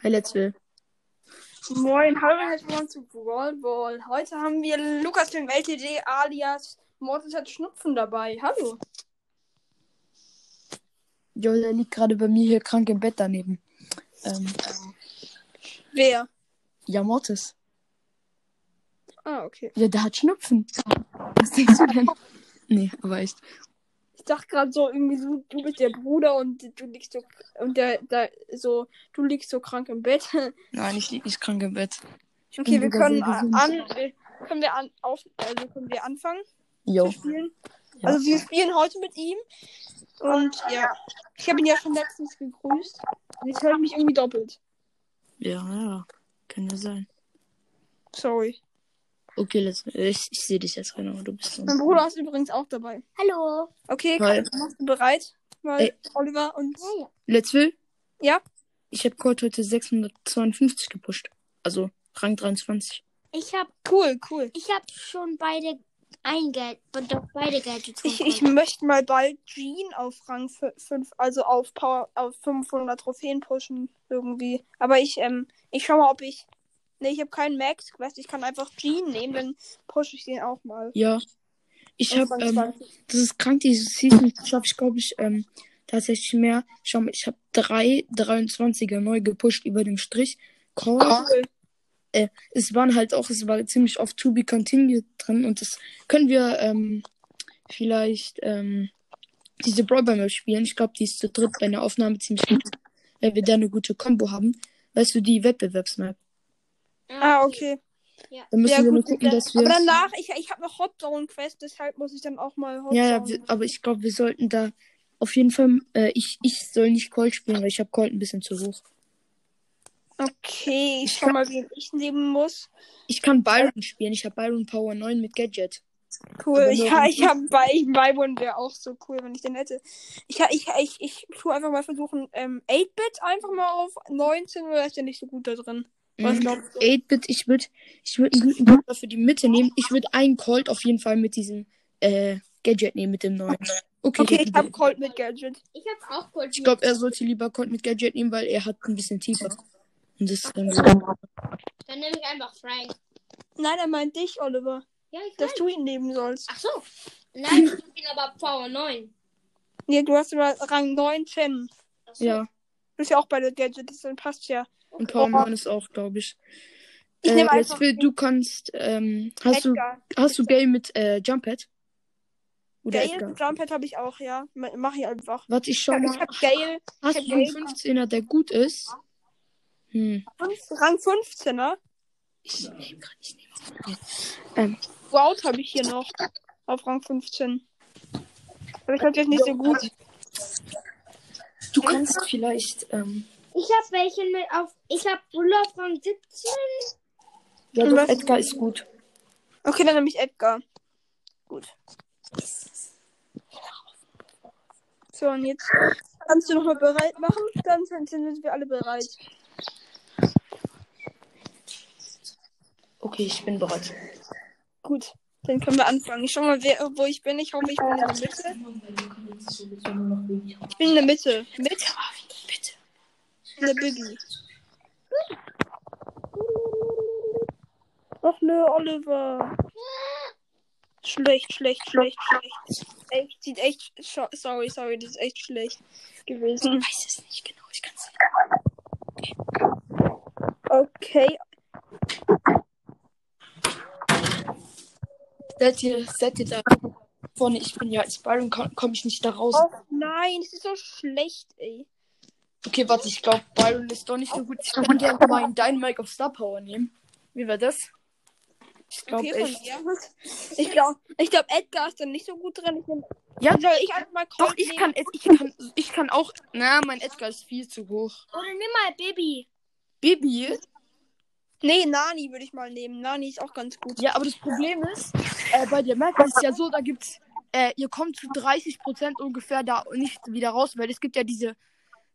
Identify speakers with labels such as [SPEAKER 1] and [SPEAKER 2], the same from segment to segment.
[SPEAKER 1] Hey, let's will.
[SPEAKER 2] Moin, hallo und herzlich willkommen zu Brawl Ball. Heute haben wir Lukas im LTD alias Mortis hat Schnupfen dabei. Hallo.
[SPEAKER 1] Jo, der liegt gerade bei mir hier krank im Bett daneben. Ähm,
[SPEAKER 2] Wer?
[SPEAKER 1] ja, Mortis.
[SPEAKER 2] Ah, okay.
[SPEAKER 1] Ja, der hat Schnupfen. Was denkst du denn? Nee, aber echt.
[SPEAKER 2] Ich dachte gerade so irgendwie so, du bist der Bruder und du liegst so und der, der so du liegst so krank im Bett.
[SPEAKER 1] Nein, ich lieg nicht krank im Bett.
[SPEAKER 2] Okay, wir
[SPEAKER 1] wieder
[SPEAKER 2] können
[SPEAKER 1] sehr gesund.
[SPEAKER 2] an äh, können wir an auf also können wir anfangen
[SPEAKER 1] Jo.
[SPEAKER 2] zu spielen.
[SPEAKER 1] Ja.
[SPEAKER 2] Also wir spielen heute mit ihm und ja, ich habe ihn ja schon letztens gegrüßt. Und Jetzt höre ich mich irgendwie doppelt.
[SPEAKER 1] Ja, ja. Kann ja sein.
[SPEAKER 2] Sorry.
[SPEAKER 1] Okay, let's will. Ich, ich sehe dich jetzt genau. Du bist so.
[SPEAKER 2] Mein Bruder ist übrigens auch dabei. Hallo. Okay,
[SPEAKER 1] Hi.
[SPEAKER 2] Kai, machst du bereit? Mal
[SPEAKER 1] Ey.
[SPEAKER 2] Oliver und.
[SPEAKER 1] Let's will?
[SPEAKER 2] Ja.
[SPEAKER 1] Ich habe Colt heute 652 gepusht. Also Rang 23.
[SPEAKER 3] Ich habe
[SPEAKER 2] Cool, cool.
[SPEAKER 3] ich hab schon beide ein Geld, doch beide Gadgets.
[SPEAKER 2] Ich,
[SPEAKER 3] von
[SPEAKER 2] ich
[SPEAKER 3] Gold.
[SPEAKER 2] möchte mal bald Jean auf Rang 5, also auf Power, auf 500 Trophäen pushen, irgendwie. Aber ich, ähm, ich schau mal, ob ich. Ne, ich habe keinen Max, weißt du, ich kann einfach Jean nehmen, dann pushe ich den auch mal.
[SPEAKER 1] Ja. Ich
[SPEAKER 2] Auf
[SPEAKER 1] habe
[SPEAKER 2] Rang
[SPEAKER 1] ähm,
[SPEAKER 2] 20.
[SPEAKER 1] Das ist krank, diese Season schaffe ich, glaube ich, ähm, tatsächlich mehr. Schau mal, ich habe drei 23er neu gepusht über dem Strich. Call.
[SPEAKER 2] Cool.
[SPEAKER 1] Es waren halt auch, es war ziemlich oft To Be Continued drin und das können wir ähm, vielleicht ähm, diese Brawl Map spielen. Ich glaube, die ist zu dritt bei einer Aufnahme ziemlich gut, weil wir da eine gute Combo haben. Weißt du, die Wettbewerbsmap.
[SPEAKER 2] Ah, okay.
[SPEAKER 1] Da müssen
[SPEAKER 2] Ja,
[SPEAKER 1] wir nur
[SPEAKER 2] gut,
[SPEAKER 1] gucken,
[SPEAKER 2] dann-
[SPEAKER 1] dass wir.
[SPEAKER 2] Aber danach, ich, ich habe noch Hot Zone Quest, deshalb muss ich dann auch mal Hot
[SPEAKER 1] Ja, ja,
[SPEAKER 2] Zone.
[SPEAKER 1] wir, aber ich glaube, wir sollten da auf jeden Fall. Äh, ich, ich soll nicht Colt spielen, weil ich habe Colt ein bisschen zu hoch.
[SPEAKER 2] Okay, ich schau mal, wen ich nehmen muss.
[SPEAKER 1] Ich kann Byron spielen. Ich habe Byron Power 9 mit Gadget.
[SPEAKER 2] Cool,
[SPEAKER 1] Aber
[SPEAKER 2] ich,
[SPEAKER 1] Also nur
[SPEAKER 2] ha-
[SPEAKER 1] am
[SPEAKER 2] ich habe bei ich, Byron wäre auch so cool, wenn ich den hätte. Ich ha- ich ich ich tue einfach mal versuchen ähm 8 Bit einfach mal auf 19 oder ist der nicht so gut da drin? Was
[SPEAKER 1] Mhm.
[SPEAKER 2] glaubst du?
[SPEAKER 1] 8-Bit, ich würde ich würd einen guten Brawler für die Mitte nehmen. Ich würde einen Colt auf jeden Fall mit diesem äh, Gadget nehmen, mit dem neuen. Okay,
[SPEAKER 2] Okay,
[SPEAKER 1] der-
[SPEAKER 2] ich habe Colt mit Gadget.
[SPEAKER 3] Ich habe auch Gold.
[SPEAKER 1] ich glaube, er sollte lieber Colt mit Gadget nehmen, weil er hat ein bisschen tiefer. Und das ähm,
[SPEAKER 3] Dann nehme ich einfach Frank.
[SPEAKER 2] Nein, er meint dich, Oliver,
[SPEAKER 3] Ja, ich
[SPEAKER 2] dass
[SPEAKER 3] weiß.
[SPEAKER 2] du ihn nehmen sollst.
[SPEAKER 3] Ach so. Nein, ich hab ihn aber Power 9.
[SPEAKER 2] Nee, du hast immer Rang 19. Du
[SPEAKER 3] Ach so.
[SPEAKER 1] ja.
[SPEAKER 2] bist ja auch bei der Gadget, das dann passt ja.
[SPEAKER 1] Und Power 9 ist auch, glaube ich.
[SPEAKER 2] Ich
[SPEAKER 1] äh,
[SPEAKER 2] nehme
[SPEAKER 1] jetzt
[SPEAKER 2] einfach
[SPEAKER 1] will, du kannst. Ähm, hast du
[SPEAKER 2] Edgar.
[SPEAKER 1] hast du Gale mit äh, Jumphead? Oder
[SPEAKER 2] Gale
[SPEAKER 1] Edgar?
[SPEAKER 2] Jumppad habe ich auch, ja. Ma- Mach ich einfach.
[SPEAKER 1] Warte, ich schau
[SPEAKER 2] Ich
[SPEAKER 1] mal.
[SPEAKER 2] habe Gale
[SPEAKER 1] Hast
[SPEAKER 2] hab
[SPEAKER 1] du einen
[SPEAKER 2] Gale.
[SPEAKER 1] 15er, der gut ist? Hm.
[SPEAKER 2] fünf- Rang 15er.
[SPEAKER 1] Ich nehm grad, ich nehm grad.
[SPEAKER 2] Sprout habe ich hier noch. Auf Rang 15. Aber ich glaube, der ist nicht so gut.
[SPEAKER 1] Du kannst vielleicht. Ähm,
[SPEAKER 3] Ich habe welche mit auf. Ich habe Buller von 17.
[SPEAKER 1] ja,
[SPEAKER 2] doch,
[SPEAKER 1] doch,
[SPEAKER 2] Was?
[SPEAKER 1] Edgar ist gut.
[SPEAKER 2] Okay, dann nehme ich Edgar. Gut. So, und jetzt kannst du nochmal bereit machen. Dann sind sind wir alle bereit.
[SPEAKER 1] Okay, ich bin bereit.
[SPEAKER 2] Gut. Dann können wir anfangen. Ich schau mal, wer, wo ich bin. Ich hoffe, ich bin in der Mitte. Ich bin in der Mitte. Mit
[SPEAKER 1] Bitte.
[SPEAKER 2] der Bibi. Ach nö, Oliver. Schlecht, schlecht, schlecht, schlecht. Echt, sieht echt. scho- Sorry, sorry, das ist echt schlecht gewesen.
[SPEAKER 1] Ich weiß es nicht genau. Ich kann's nicht.
[SPEAKER 2] Okay.
[SPEAKER 1] Seid ihr, seid ihr da vorne? Ich bin ja als Byron, komme komm ich nicht da raus.
[SPEAKER 2] Oh nein, es ist so schlecht, ey.
[SPEAKER 1] Okay, warte, ich glaube, Byron ist doch nicht so gut. Ich kann gerne meinen Dynamite auf Star Power nehmen. Wie war das? Ich glaube
[SPEAKER 2] Okay, von
[SPEAKER 1] echt.
[SPEAKER 2] dir. Ich glaube, ich glaub, Edgar ist dann nicht so gut drin. Ich nehm,
[SPEAKER 1] Ja,
[SPEAKER 2] soll ich einfach mal
[SPEAKER 1] Doch,
[SPEAKER 2] Colt
[SPEAKER 1] ich
[SPEAKER 2] nehmen?
[SPEAKER 1] kann, Ed- ich kann, ich kann auch. Na, mein Edgar ist viel zu hoch.
[SPEAKER 3] Oder nimm mal Baby.
[SPEAKER 1] Baby?
[SPEAKER 2] Nee, Nani würde ich mal nehmen. Nani ist auch ganz gut.
[SPEAKER 1] Ja, aber das Problem ist, äh, bei der Map ist ja so, da gibt's, äh, ihr kommt zu 30% ungefähr da nicht wieder raus, weil es gibt ja diese,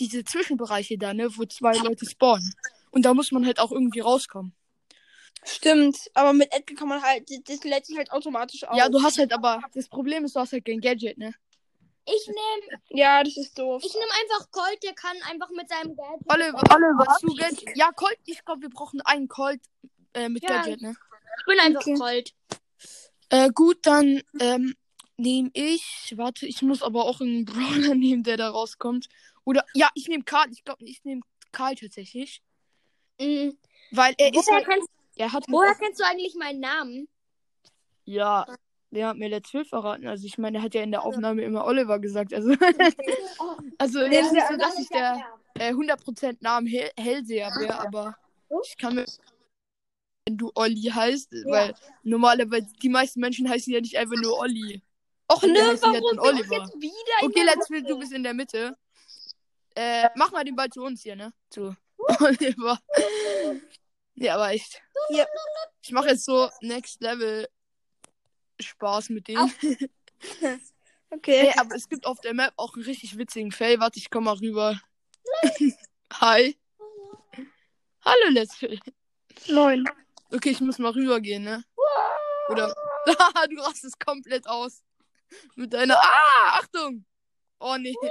[SPEAKER 1] diese Zwischenbereiche da, ne, wo zwei Leute spawnen. Und da muss man halt auch irgendwie rauskommen.
[SPEAKER 2] Stimmt, aber mit Edgar kann man halt, das- das lädt sich halt automatisch auf.
[SPEAKER 1] Ja, du hast halt aber, das Problem ist, du hast halt kein Gadget, ne?
[SPEAKER 3] Ich nehme
[SPEAKER 2] Ja, das ist doof.
[SPEAKER 3] ich nehm einfach Colt, der kann einfach mit seinem Geld.
[SPEAKER 1] Oliver, Oliver, zu Gadget. Ja, Colt, ich glaube, wir brauchen einen Colt äh, mit
[SPEAKER 3] Ja.
[SPEAKER 1] Gadget, ne?
[SPEAKER 3] Ich bin einfach
[SPEAKER 2] Okay.
[SPEAKER 3] Colt.
[SPEAKER 1] Äh, gut, dann ähm, nehme ich. Warte, ich muss aber auch einen Brawler nehmen, der da rauskommt. Oder ja, ich nehme Karl. Ich glaube, ich nehme Karl tatsächlich.
[SPEAKER 3] Mhm.
[SPEAKER 1] Weil er ist.
[SPEAKER 3] Woher,
[SPEAKER 1] Halt,
[SPEAKER 3] kennst,
[SPEAKER 1] er hat
[SPEAKER 3] woher kennst du eigentlich meinen Namen?
[SPEAKER 1] Ja, der hat mir letztes Mal verraten. Also ich meine, er hat ja in der Aufnahme immer Oliver gesagt. Also, also
[SPEAKER 2] Ja,
[SPEAKER 1] jetzt nicht so,
[SPEAKER 2] also
[SPEAKER 1] dass ich der äh, 100% Namen Hel Hellseher
[SPEAKER 3] Ah,
[SPEAKER 1] wäre, aber
[SPEAKER 3] Hm?
[SPEAKER 1] ich kann mir... Wenn du Olli heißt, weil normalerweise die meisten Menschen heißen ja nicht einfach nur Olli. Och
[SPEAKER 3] Nö,
[SPEAKER 1] heißen ja dann
[SPEAKER 3] warum bin ich
[SPEAKER 1] Oliver.
[SPEAKER 3] jetzt wieder in
[SPEAKER 1] Okay,
[SPEAKER 3] der-
[SPEAKER 1] Let's Will, du bist in der Mitte. Äh, mach mal den Ball zu uns hier, ne?
[SPEAKER 3] Hm?
[SPEAKER 1] Zu Oliver. Ja, aber echt.
[SPEAKER 2] Ja.
[SPEAKER 1] Ich mache jetzt so Next Level Spaß mit denen.
[SPEAKER 2] Okay. Äh,
[SPEAKER 1] Ey, Äh, aber es gibt auf der Map auch einen richtig witzigen Fail. Warte, ich komm mal rüber. Hi. Hallo, Let's Will.
[SPEAKER 2] Neun.
[SPEAKER 1] Okay, ich muss mal rübergehen, ne? Oder. du rastest komplett aus. Mit deiner. Ah, Achtung! Oh nee. Oh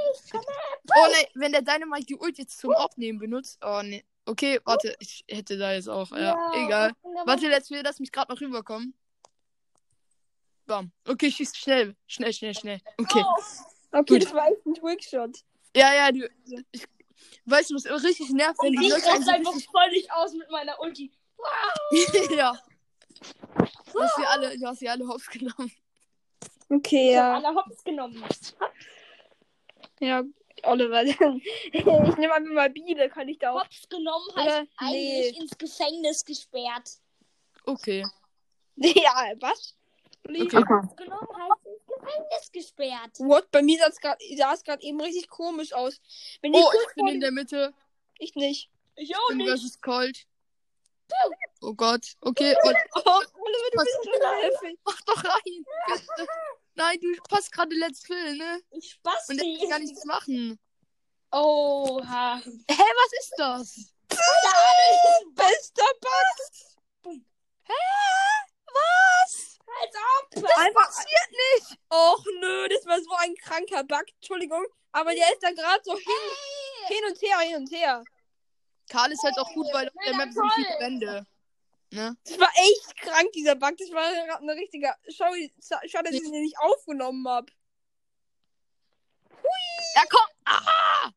[SPEAKER 1] nee, wenn der Dynamite die Ult jetzt zum Aufnehmen benutzt. Oh nee. Okay, warte, ich hätte da jetzt auch. Ja, egal. Warte, let's will, lass mich gerade noch rüberkommen. Bam. Okay, schieß schnell. Schnell, schnell, schnell. Okay.
[SPEAKER 3] Oh,
[SPEAKER 2] Okay,
[SPEAKER 1] Gut.
[SPEAKER 2] das war echt ein Trickshot.
[SPEAKER 1] Ja, ja, du. Ich, weißt du, was immer richtig nervt, wenn die
[SPEAKER 3] Ich
[SPEAKER 1] Leute einen
[SPEAKER 3] raste
[SPEAKER 1] so
[SPEAKER 3] einfach
[SPEAKER 1] richtig
[SPEAKER 3] völlig aus mit meiner Ulti.
[SPEAKER 1] ja. Du hast sie alle, du hast sie alle hops genommen.
[SPEAKER 2] Okay,
[SPEAKER 3] Ich hab
[SPEAKER 2] ja.
[SPEAKER 3] alle Hops genommen.
[SPEAKER 2] Ja, Oliver. ich nehme einfach mal Biele, kann ich da auch.
[SPEAKER 3] Hops genommen
[SPEAKER 2] Oder?
[SPEAKER 3] heißt
[SPEAKER 2] Nee.
[SPEAKER 3] eigentlich ins Gefängnis gesperrt.
[SPEAKER 1] Okay.
[SPEAKER 2] Ja, was?
[SPEAKER 1] Okay.
[SPEAKER 3] Hops genommen heißt ins Gefängnis gesperrt.
[SPEAKER 2] What? Bei mir sah's grad- sah es gerade eben richtig komisch aus. Wenn ich,
[SPEAKER 1] Oh,
[SPEAKER 2] kurz
[SPEAKER 1] ich bin
[SPEAKER 2] vor-
[SPEAKER 1] in der Mitte.
[SPEAKER 2] ich nicht.
[SPEAKER 3] Ich auch
[SPEAKER 1] Bin
[SPEAKER 3] nicht.
[SPEAKER 1] versus Cold. Oh Gott. Okay, und
[SPEAKER 2] Oh, Oliver, du
[SPEAKER 1] Was?
[SPEAKER 2] bist schon nervig.
[SPEAKER 1] mach doch rein. Bitte. Nein, du passt gerade Let's Fill, ne?
[SPEAKER 3] Ich
[SPEAKER 1] Und der kann gar
[SPEAKER 3] spasti.
[SPEAKER 1] nichts machen.
[SPEAKER 3] Oha.
[SPEAKER 1] Hä, was ist das?
[SPEAKER 2] Bester Ball.
[SPEAKER 3] Als ob.
[SPEAKER 2] Einfach passiert nicht. Och nö, das war so ein kranker Bug. Entschuldigung. Aber der ist da gerade so hin, hin und her, hin und her.
[SPEAKER 1] Karl ist halt auch gut, weil auf
[SPEAKER 3] Mega
[SPEAKER 1] der Map sind
[SPEAKER 3] toll.
[SPEAKER 1] viele Wände. Ne?
[SPEAKER 2] Das war echt krank, dieser Bug. Das war grad ein richtiger. Schau, schade, dass ich den nicht aufgenommen habe.
[SPEAKER 1] Ja, komm. Ah!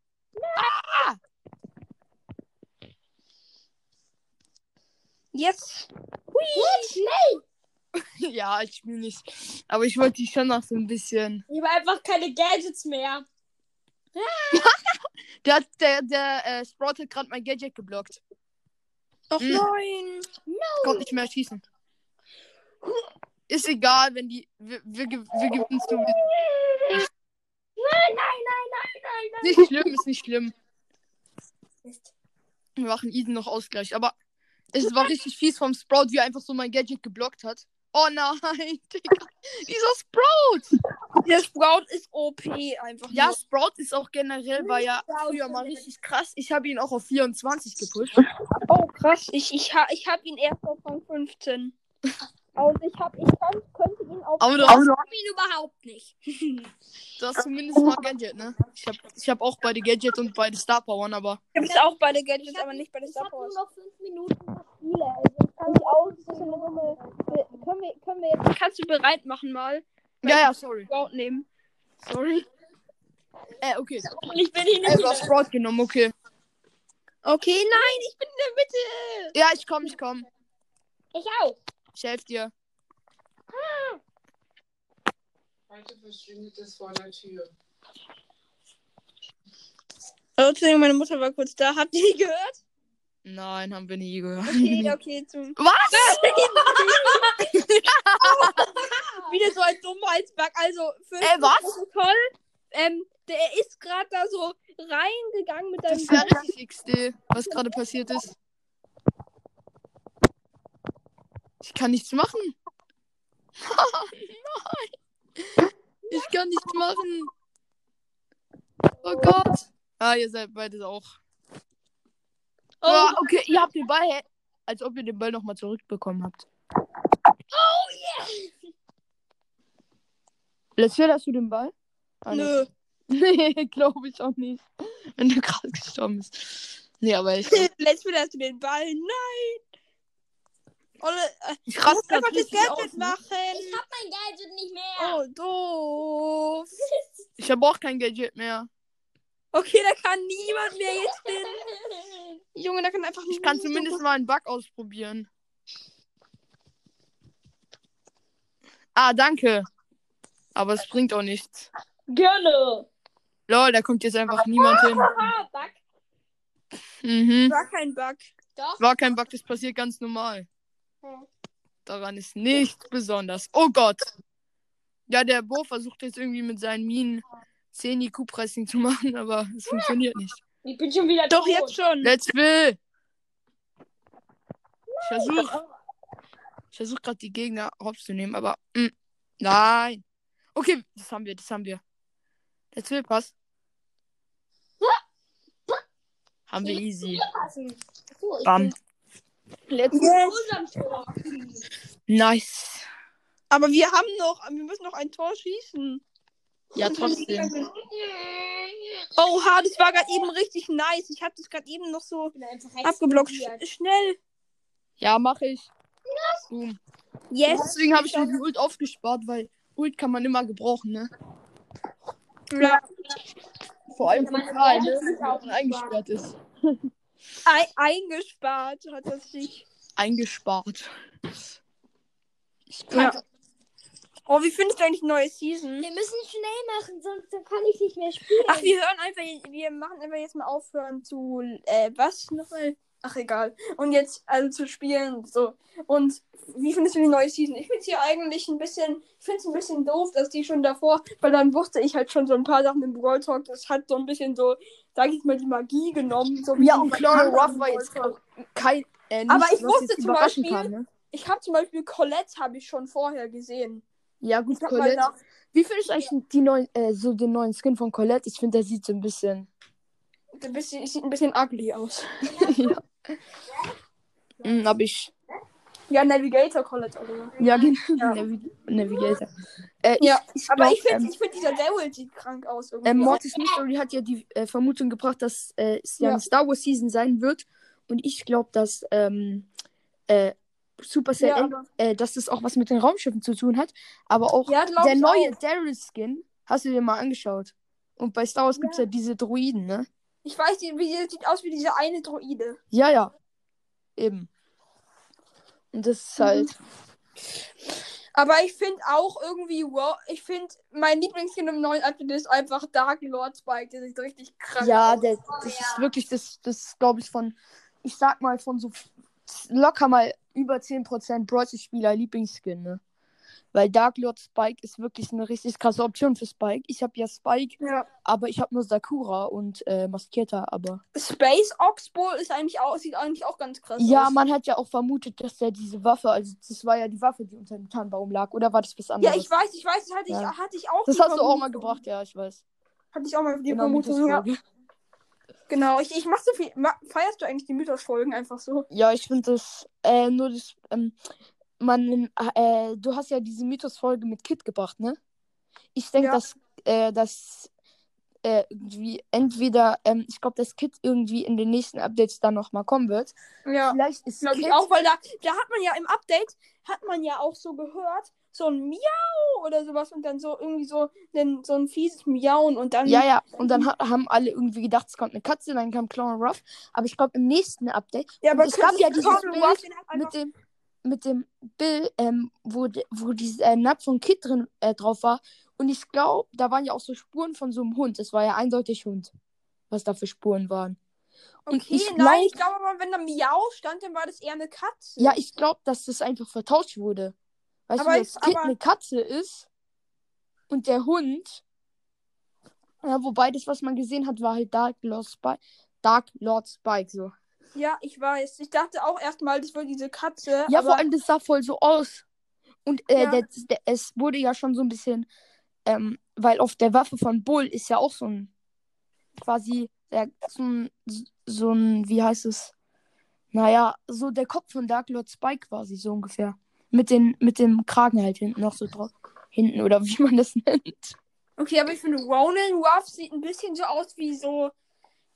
[SPEAKER 2] Yes.
[SPEAKER 3] ne?
[SPEAKER 1] Ja, ich spiele nicht. Aber ich wollte dich schon noch so ein bisschen.
[SPEAKER 3] Ich habe einfach keine Gadgets mehr.
[SPEAKER 1] Der, hat- der, der äh, Sprout hat gerade mein Gadget geblockt.
[SPEAKER 2] Och
[SPEAKER 1] Mhm.
[SPEAKER 2] nein.
[SPEAKER 1] Kommt nicht mehr schießen. Ist egal, wenn die. Wir, wir, ge- wir gewinnen so.
[SPEAKER 3] Nein, nein, nein, nein, nein,
[SPEAKER 1] Nicht schlimm, ist nicht schlimm.
[SPEAKER 3] nein.
[SPEAKER 1] Wir machen Eden noch Ausgleich. Aber es war richtig fies vom Sprout, wie er einfach so mein Gadget geblockt hat. Oh nein, Digga. Dieser Sprout.
[SPEAKER 2] Der Sprout ist OP einfach.
[SPEAKER 1] Ja,
[SPEAKER 2] nur.
[SPEAKER 1] Sprout ist auch generell, war ja früher mal richtig krass. Ich habe ihn auch auf 24 gepusht.
[SPEAKER 2] Oh, krass. Ich, ich, ha, ich hab ihn erst auf Rang 15.
[SPEAKER 3] Also
[SPEAKER 2] Und ich hab, ich kann, könnte ihn auf.
[SPEAKER 1] Aber du hast,
[SPEAKER 3] Ich hab ihn überhaupt nicht.
[SPEAKER 1] du hast zumindest mal Gadget, ne? Ich habe ich hab auch beide Gadget und beide Star Powern, aber.
[SPEAKER 2] Ich hab's auch bei der Gadgets,
[SPEAKER 3] Ich hab-
[SPEAKER 2] aber nicht bei der
[SPEAKER 3] Ich
[SPEAKER 2] Star
[SPEAKER 3] habe nur
[SPEAKER 2] Powers.
[SPEAKER 3] noch fünf Minuten noch Spiele. Also ich kann mich auch so eine Runde.
[SPEAKER 2] Können wir, können wir jetzt. Kannst du bereit machen mal?
[SPEAKER 1] Ja, ja, sorry.
[SPEAKER 2] Sprout nehmen.
[SPEAKER 1] Sorry. Äh, okay.
[SPEAKER 3] Und ich bin hier
[SPEAKER 1] Ey,
[SPEAKER 3] nicht
[SPEAKER 1] du hast
[SPEAKER 3] wieder.
[SPEAKER 1] Sprout genommen, okay.
[SPEAKER 2] Okay, nein, ich bin in der Mitte.
[SPEAKER 1] Ja, ich komm, ich komm.
[SPEAKER 3] Ich auch.
[SPEAKER 1] Ich helf dir.
[SPEAKER 4] Heute verschwindet es vor der Tür.
[SPEAKER 2] Oh, Entschuldigung, meine Mutter war kurz da. Habt ihr die gehört?
[SPEAKER 1] Nein, haben wir nie gehört.
[SPEAKER 2] Okay, okay, zum.
[SPEAKER 1] Was?
[SPEAKER 2] Wieder so ein Dummheitsbug. Also, für
[SPEAKER 1] Ey, was?
[SPEAKER 2] Protokoll, ähm, der ist gerade da so reingegangen mit
[SPEAKER 1] Das
[SPEAKER 2] deinem
[SPEAKER 1] ist ja richtig XD, was gerade passiert ist. Ich kann nichts machen. Nein. Ich kann nichts machen. Oh Gott. Ah, ihr seid beide auch. Oh, okay, ihr habt den Ball. hä? Als ob ihr den Ball nochmal zurückbekommen habt. Oh yeah! Let's hear, hast du den Ball? Ah, nee.
[SPEAKER 2] Nö.
[SPEAKER 1] Nee, glaube ich auch nicht. Wenn du gerade gestorben bist. Nee, aber ich.
[SPEAKER 2] Let's Play hast du den Ball. Nein. Olle, äh,
[SPEAKER 1] Ich
[SPEAKER 2] du
[SPEAKER 1] raste
[SPEAKER 2] musst einfach
[SPEAKER 1] grad
[SPEAKER 2] das
[SPEAKER 1] richtig aus,
[SPEAKER 2] Gadget
[SPEAKER 1] ne?
[SPEAKER 3] Ich
[SPEAKER 2] machen.
[SPEAKER 3] hab mein Gadget nicht mehr.
[SPEAKER 2] Oh, doof.
[SPEAKER 1] Ich habe auch kein Gadget mehr.
[SPEAKER 2] Okay, da kann niemand mehr jetzt hin. Junge, da kann einfach
[SPEAKER 1] Ich kann zumindest mal einen Bug ausprobieren. Ah, danke. Aber es bringt auch nichts.
[SPEAKER 3] Gerne.
[SPEAKER 1] Lol, da kommt jetzt einfach niemand hin.
[SPEAKER 3] Ah, Back.
[SPEAKER 1] Mhm.
[SPEAKER 2] War kein Bug.
[SPEAKER 3] Doch.
[SPEAKER 1] War kein Bug, das passiert ganz normal.
[SPEAKER 3] Hm.
[SPEAKER 1] Daran ist nichts besonders. Oh Gott. Ja, der Bo versucht jetzt irgendwie mit seinen Minen 10 IQ-Pressing zu machen, aber es funktioniert nicht.
[SPEAKER 3] Ich bin schon wieder
[SPEAKER 2] Doch,
[SPEAKER 3] tot.
[SPEAKER 2] jetzt schon.
[SPEAKER 1] Let's will! Ich versuche ich versuch gerade die Gegner hops zu nehmen, aber. mm, nein! Okay, das haben wir, das haben wir. Let's will, pass. Haben wir easy.
[SPEAKER 3] Passen. So, ich
[SPEAKER 1] Bam.
[SPEAKER 2] Yes.
[SPEAKER 3] bin
[SPEAKER 1] Nice.
[SPEAKER 2] Aber wir haben noch, wir müssen noch ein Tor schießen.
[SPEAKER 1] Ja, trotzdem.
[SPEAKER 2] Oha, das war gerade eben richtig nice. Ich hab das gerade eben noch so abgeblockt. Sch schnell.
[SPEAKER 1] Ja, mache ich. Boom.
[SPEAKER 2] Yes.
[SPEAKER 1] Deswegen habe ich mir die Ult aufgespart, weil Ult kann man immer gebrauchen, ne?
[SPEAKER 2] Ja.
[SPEAKER 1] Vor allem von Karl, ne? Wenn man eingesperrt ist.
[SPEAKER 2] Ei- eingespart hat er sich.
[SPEAKER 1] Eingespart. Ich
[SPEAKER 2] Ja.
[SPEAKER 1] kann
[SPEAKER 2] Oh, wie findest du eigentlich neue Season?
[SPEAKER 3] Wir müssen schnell machen, sonst kann ich nicht mehr spielen.
[SPEAKER 2] Ach, wir hören einfach, wir machen einfach jetzt mal aufhören zu, äh, was nochmal? Ach, egal. Und jetzt, also zu spielen, so. Und wie findest du die neue Season? Ich find's hier eigentlich ein bisschen, ich find's ein bisschen doof, dass die schon davor, weil dann wusste ich halt schon so ein paar Sachen im Brawl Talk, das hat so ein bisschen so, sag ich mal, die Magie genommen. So wie
[SPEAKER 1] Ja,
[SPEAKER 2] die
[SPEAKER 1] und Clara
[SPEAKER 2] Magie
[SPEAKER 1] Ruff
[SPEAKER 2] im
[SPEAKER 1] war
[SPEAKER 2] Brawl
[SPEAKER 1] jetzt
[SPEAKER 2] Talk.
[SPEAKER 1] kein. Äh,
[SPEAKER 2] Aber
[SPEAKER 1] nichts,
[SPEAKER 2] ich
[SPEAKER 1] was
[SPEAKER 2] wusste
[SPEAKER 1] jetzt
[SPEAKER 2] zum
[SPEAKER 1] überraschend
[SPEAKER 2] Beispiel-
[SPEAKER 1] ne?
[SPEAKER 2] Ich habe zum Beispiel Colette, habe ich schon vorher gesehen.
[SPEAKER 1] Ja, gut,
[SPEAKER 2] Ich hab mal
[SPEAKER 1] Colette.
[SPEAKER 2] nach,
[SPEAKER 1] Wie findest du eigentlich die neuen, äh, so den neuen Skin von Colette? Ich finde, der sieht so ein bisschen.
[SPEAKER 2] ein bisschen, sieht ein bisschen ugly aus.
[SPEAKER 1] ja. Mhm, hab ich.
[SPEAKER 2] Ja, Navigator Colette, oder?
[SPEAKER 1] Ja, genau.
[SPEAKER 2] Ja.
[SPEAKER 1] Navi- Navigator. Äh,
[SPEAKER 2] Ja,
[SPEAKER 1] ich, ich
[SPEAKER 2] Aber
[SPEAKER 1] glaub,
[SPEAKER 2] ich finde,
[SPEAKER 1] ähm,
[SPEAKER 2] ich find, dieser Daryl sieht krank aus irgendwie.
[SPEAKER 1] Ähm, Mortis Mystery hat ja die äh, Vermutung gebracht, dass äh, es ja,
[SPEAKER 2] Ja.
[SPEAKER 1] eine Star Wars Season sein wird. Und ich glaube, dass ähm, äh, Supercell,
[SPEAKER 2] Ja,
[SPEAKER 1] End-
[SPEAKER 2] aber-
[SPEAKER 1] äh, dass das auch was mit den Raumschiffen zu tun hat. Aber auch
[SPEAKER 2] Ja, glaub
[SPEAKER 1] der
[SPEAKER 2] ich
[SPEAKER 1] neue
[SPEAKER 2] auch.
[SPEAKER 1] Daryl-Skin, hast du dir mal angeschaut? Und bei Star Wars gibt's ja diese Droiden, ne?
[SPEAKER 2] Ich weiß nicht, wie der sieht aus wie diese eine Droide.
[SPEAKER 1] Ja, ja. Eben. Und das ist
[SPEAKER 2] Mhm.
[SPEAKER 1] halt.
[SPEAKER 2] Aber ich finde auch irgendwie, wow, ich finde, mein Lieblingskind im neuen Advent ist einfach Dark Lord Spike. Der sieht richtig krank
[SPEAKER 1] Ja,
[SPEAKER 2] aus.
[SPEAKER 1] der, das ist wirklich, das, das glaube ich, von, ich sag mal, von so f- locker mal über 10% Bronze-Spieler Lieblingsskin, ne? Weil Dark Lord Spike ist wirklich eine richtig krasse Option für Spike. Ich habe ja Spike,
[SPEAKER 2] Ja.
[SPEAKER 1] aber ich habe nur Sakura und äh, Masketa, aber.
[SPEAKER 2] Space Oxbow ist eigentlich auch, sieht eigentlich auch ganz krass
[SPEAKER 1] ja,
[SPEAKER 2] aus.
[SPEAKER 1] man hat ja auch vermutet, dass der diese Waffe, also das war ja die Waffe, die unter dem Tannenbaum lag, oder war das was anderes?
[SPEAKER 2] Ja, ich weiß, ich weiß, das hatte ich,
[SPEAKER 1] Ja.
[SPEAKER 2] hatte ich auch.
[SPEAKER 1] Das
[SPEAKER 2] die
[SPEAKER 1] hast du auch mal
[SPEAKER 2] Vermutung.
[SPEAKER 1] gebracht, ja, ich weiß.
[SPEAKER 2] Hatte ich auch mal die
[SPEAKER 1] Genau,
[SPEAKER 2] Vermutung. Ja,
[SPEAKER 1] Mythos-Folge.
[SPEAKER 2] genau. Ich, ich mach so viel. Ma, feierst du eigentlich die Mythos-Folgen einfach so?
[SPEAKER 1] Ja, ich finde das äh, nur das ähm, man äh, du hast ja diese Mythos Folge mit Kit gebracht, ne? Ich denke,
[SPEAKER 2] Ja.
[SPEAKER 1] dass äh, dass äh, irgendwie entweder ähm, ich glaube, dass Kit irgendwie in den nächsten Updates dann noch mal kommen wird.
[SPEAKER 2] Ja.
[SPEAKER 1] Vielleicht ist
[SPEAKER 2] Glaube ich
[SPEAKER 1] Kit
[SPEAKER 2] auch, weil da, da hat man ja im Update, hat man ja auch so gehört, so ein Miau oder sowas und dann so irgendwie so, ein- so ein fieses Miauen und dann.
[SPEAKER 1] ja, ja, und dann ha haben alle irgendwie gedacht, es kommt eine Katze, dann kam Clown Ruff, aber ich glaube im nächsten Update
[SPEAKER 2] Ja,
[SPEAKER 1] und es gab ja dieses
[SPEAKER 2] Cornel
[SPEAKER 1] Bild
[SPEAKER 2] Ruff, den hat einfach-
[SPEAKER 1] mit dem mit dem Bill ähm, wo de- wo dieses äh, Napf von Kit drin äh, drauf war und ich glaube, da waren ja auch so Spuren von so einem Hund. Es war ja eindeutig Hund, was da für Spuren waren. und
[SPEAKER 2] okay,
[SPEAKER 1] ich
[SPEAKER 2] nein,
[SPEAKER 1] glaub-
[SPEAKER 2] ich glaube aber, wenn da Miau stand, dann war das eher eine Katze.
[SPEAKER 1] Ja, ich glaube, dass das einfach vertauscht wurde. Weißt
[SPEAKER 2] Aber
[SPEAKER 1] du, dass
[SPEAKER 2] ich-
[SPEAKER 1] Kit
[SPEAKER 2] aber-
[SPEAKER 1] eine Katze ist und der Hund. Ja, wobei das, was man gesehen hat, war halt Dark Lord Spike. Dark Lord Spike so.
[SPEAKER 2] Ja, ich weiß. Ich dachte auch erstmal, das war diese Katze.
[SPEAKER 1] Ja,
[SPEAKER 2] aber
[SPEAKER 1] vor allem, das sah voll so aus. Und äh,
[SPEAKER 2] Ja.
[SPEAKER 1] der, der, es wurde ja schon so ein bisschen, ähm, weil auf der Waffe von Bull ist ja auch so ein, quasi, der, so, ein, so ein, wie heißt es? Naja, so der Kopf von Dark Lord Spike quasi, so ungefähr. Mit, den, mit dem Kragen halt hinten noch so drauf. Hinten, oder wie man das nennt.
[SPEAKER 2] Okay, aber ich finde, Ronan Ruff sieht ein bisschen so aus wie so.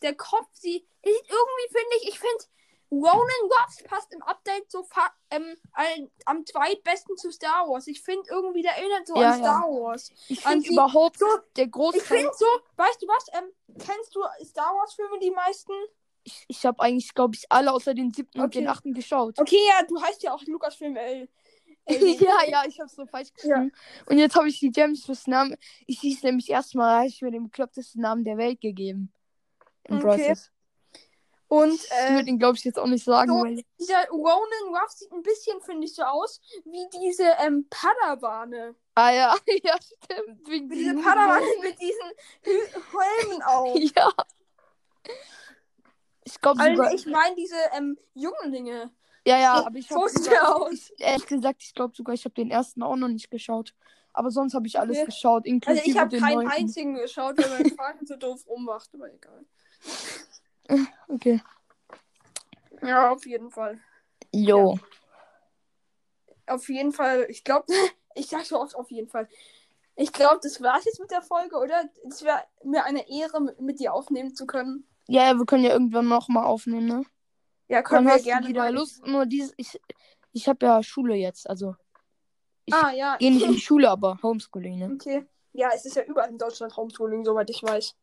[SPEAKER 2] Der Kopf sieht. er sieht irgendwie, finde ich, ich finde, Ronan Ruff passt im Update so fa ähm, ein, am zweitbesten zu Star Wars. Ich finde irgendwie, der erinnert so
[SPEAKER 1] Ja,
[SPEAKER 2] an
[SPEAKER 1] ja.
[SPEAKER 2] Star Wars.
[SPEAKER 1] Ich
[SPEAKER 2] An
[SPEAKER 1] finde
[SPEAKER 2] die-
[SPEAKER 1] überhaupt
[SPEAKER 2] so,
[SPEAKER 1] der große.
[SPEAKER 2] Ich finde so, weißt du was? Ähm, kennst du Star Wars-Filme, die meisten?
[SPEAKER 1] Ich, ich habe eigentlich, glaube ich, alle außer den siebten und
[SPEAKER 2] Okay.
[SPEAKER 1] den achten geschaut.
[SPEAKER 2] Okay, ja, du heißt ja auch Lucasfilm äh, L.
[SPEAKER 1] ja, ja, ich habe so falsch geschrieben. Und jetzt habe ich die Gems fürs Namen. Ich hieß nämlich erstmal, habe ich mir den beklopptesten Namen der Welt gegeben. Im
[SPEAKER 2] Okay.
[SPEAKER 1] Process.
[SPEAKER 2] Und
[SPEAKER 1] Ich
[SPEAKER 2] äh,
[SPEAKER 1] würde ihn, glaube ich, jetzt auch nicht sagen,
[SPEAKER 2] so-
[SPEAKER 1] weil.
[SPEAKER 2] dieser Ronan Ruff sieht ein bisschen, finde ich, so aus wie diese ähm, Padawane.
[SPEAKER 1] Ah ja, ja, stimmt. Wegen
[SPEAKER 2] Diese
[SPEAKER 1] diesem-
[SPEAKER 2] Padawane mit diesen Hü- Helmen auf.
[SPEAKER 1] Ja. Ich glaube
[SPEAKER 2] Also
[SPEAKER 1] sogar.
[SPEAKER 2] ich meine diese ähm, Junglinge.
[SPEAKER 1] ja, ja, aber ich
[SPEAKER 2] So
[SPEAKER 1] habe
[SPEAKER 2] sieht er aus.
[SPEAKER 1] ehrlich gesagt, ich glaube sogar, ich habe den ersten auch noch nicht geschaut. Aber sonst habe ich alles
[SPEAKER 2] Okay.
[SPEAKER 1] geschaut,
[SPEAKER 2] Also
[SPEAKER 1] inklusive
[SPEAKER 2] ich habe
[SPEAKER 1] den
[SPEAKER 2] keinen
[SPEAKER 1] neunten.
[SPEAKER 2] einzigen geschaut, weil mein Vater so doof rummacht, aber egal.
[SPEAKER 1] Okay.
[SPEAKER 2] Ja, auf jeden Fall.
[SPEAKER 1] Jo.
[SPEAKER 2] Auf jeden Fall, ich glaube, ich sag so oft auf jeden Fall. Ich glaube, das war's jetzt mit der Folge, oder? Es wäre mir eine Ehre, mit, mit dir aufnehmen zu können.
[SPEAKER 1] Ja, ja, wir können ja irgendwann noch mal aufnehmen, ne?
[SPEAKER 2] Ja,
[SPEAKER 1] Können Wann
[SPEAKER 2] können wir
[SPEAKER 1] hast
[SPEAKER 2] gerne.
[SPEAKER 1] du wieder
[SPEAKER 2] mal-
[SPEAKER 1] Lust? Nur dieses, ich, ich habe ja Schule jetzt, also Ich-
[SPEAKER 2] ah, ja.
[SPEAKER 1] gehe nicht in die Schule, aber Homeschooling, ne?
[SPEAKER 2] Okay. Ja, es ist ja überall in Deutschland Homeschooling, soweit ich weiß.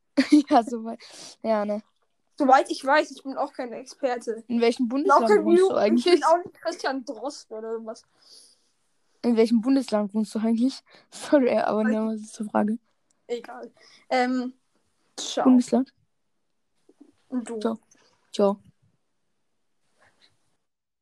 [SPEAKER 1] ja, soweit. Ja, ne?
[SPEAKER 2] Soweit ich weiß, ich bin auch kein Experte.
[SPEAKER 1] In welchem
[SPEAKER 2] Ich bin auch
[SPEAKER 1] Bundesland
[SPEAKER 2] kein
[SPEAKER 1] wohnst du
[SPEAKER 2] Ju- Ich
[SPEAKER 1] eigentlich?
[SPEAKER 2] bin auch nicht Christian Drosten oder was.
[SPEAKER 1] In welchem Bundesland wohnst du eigentlich? Sorry, aber
[SPEAKER 2] Weiß
[SPEAKER 1] ne, was ist zur Frage?
[SPEAKER 2] Egal. Ähm, ciao.
[SPEAKER 1] Bundesland?
[SPEAKER 2] Und du.
[SPEAKER 1] Ciao. Ciao.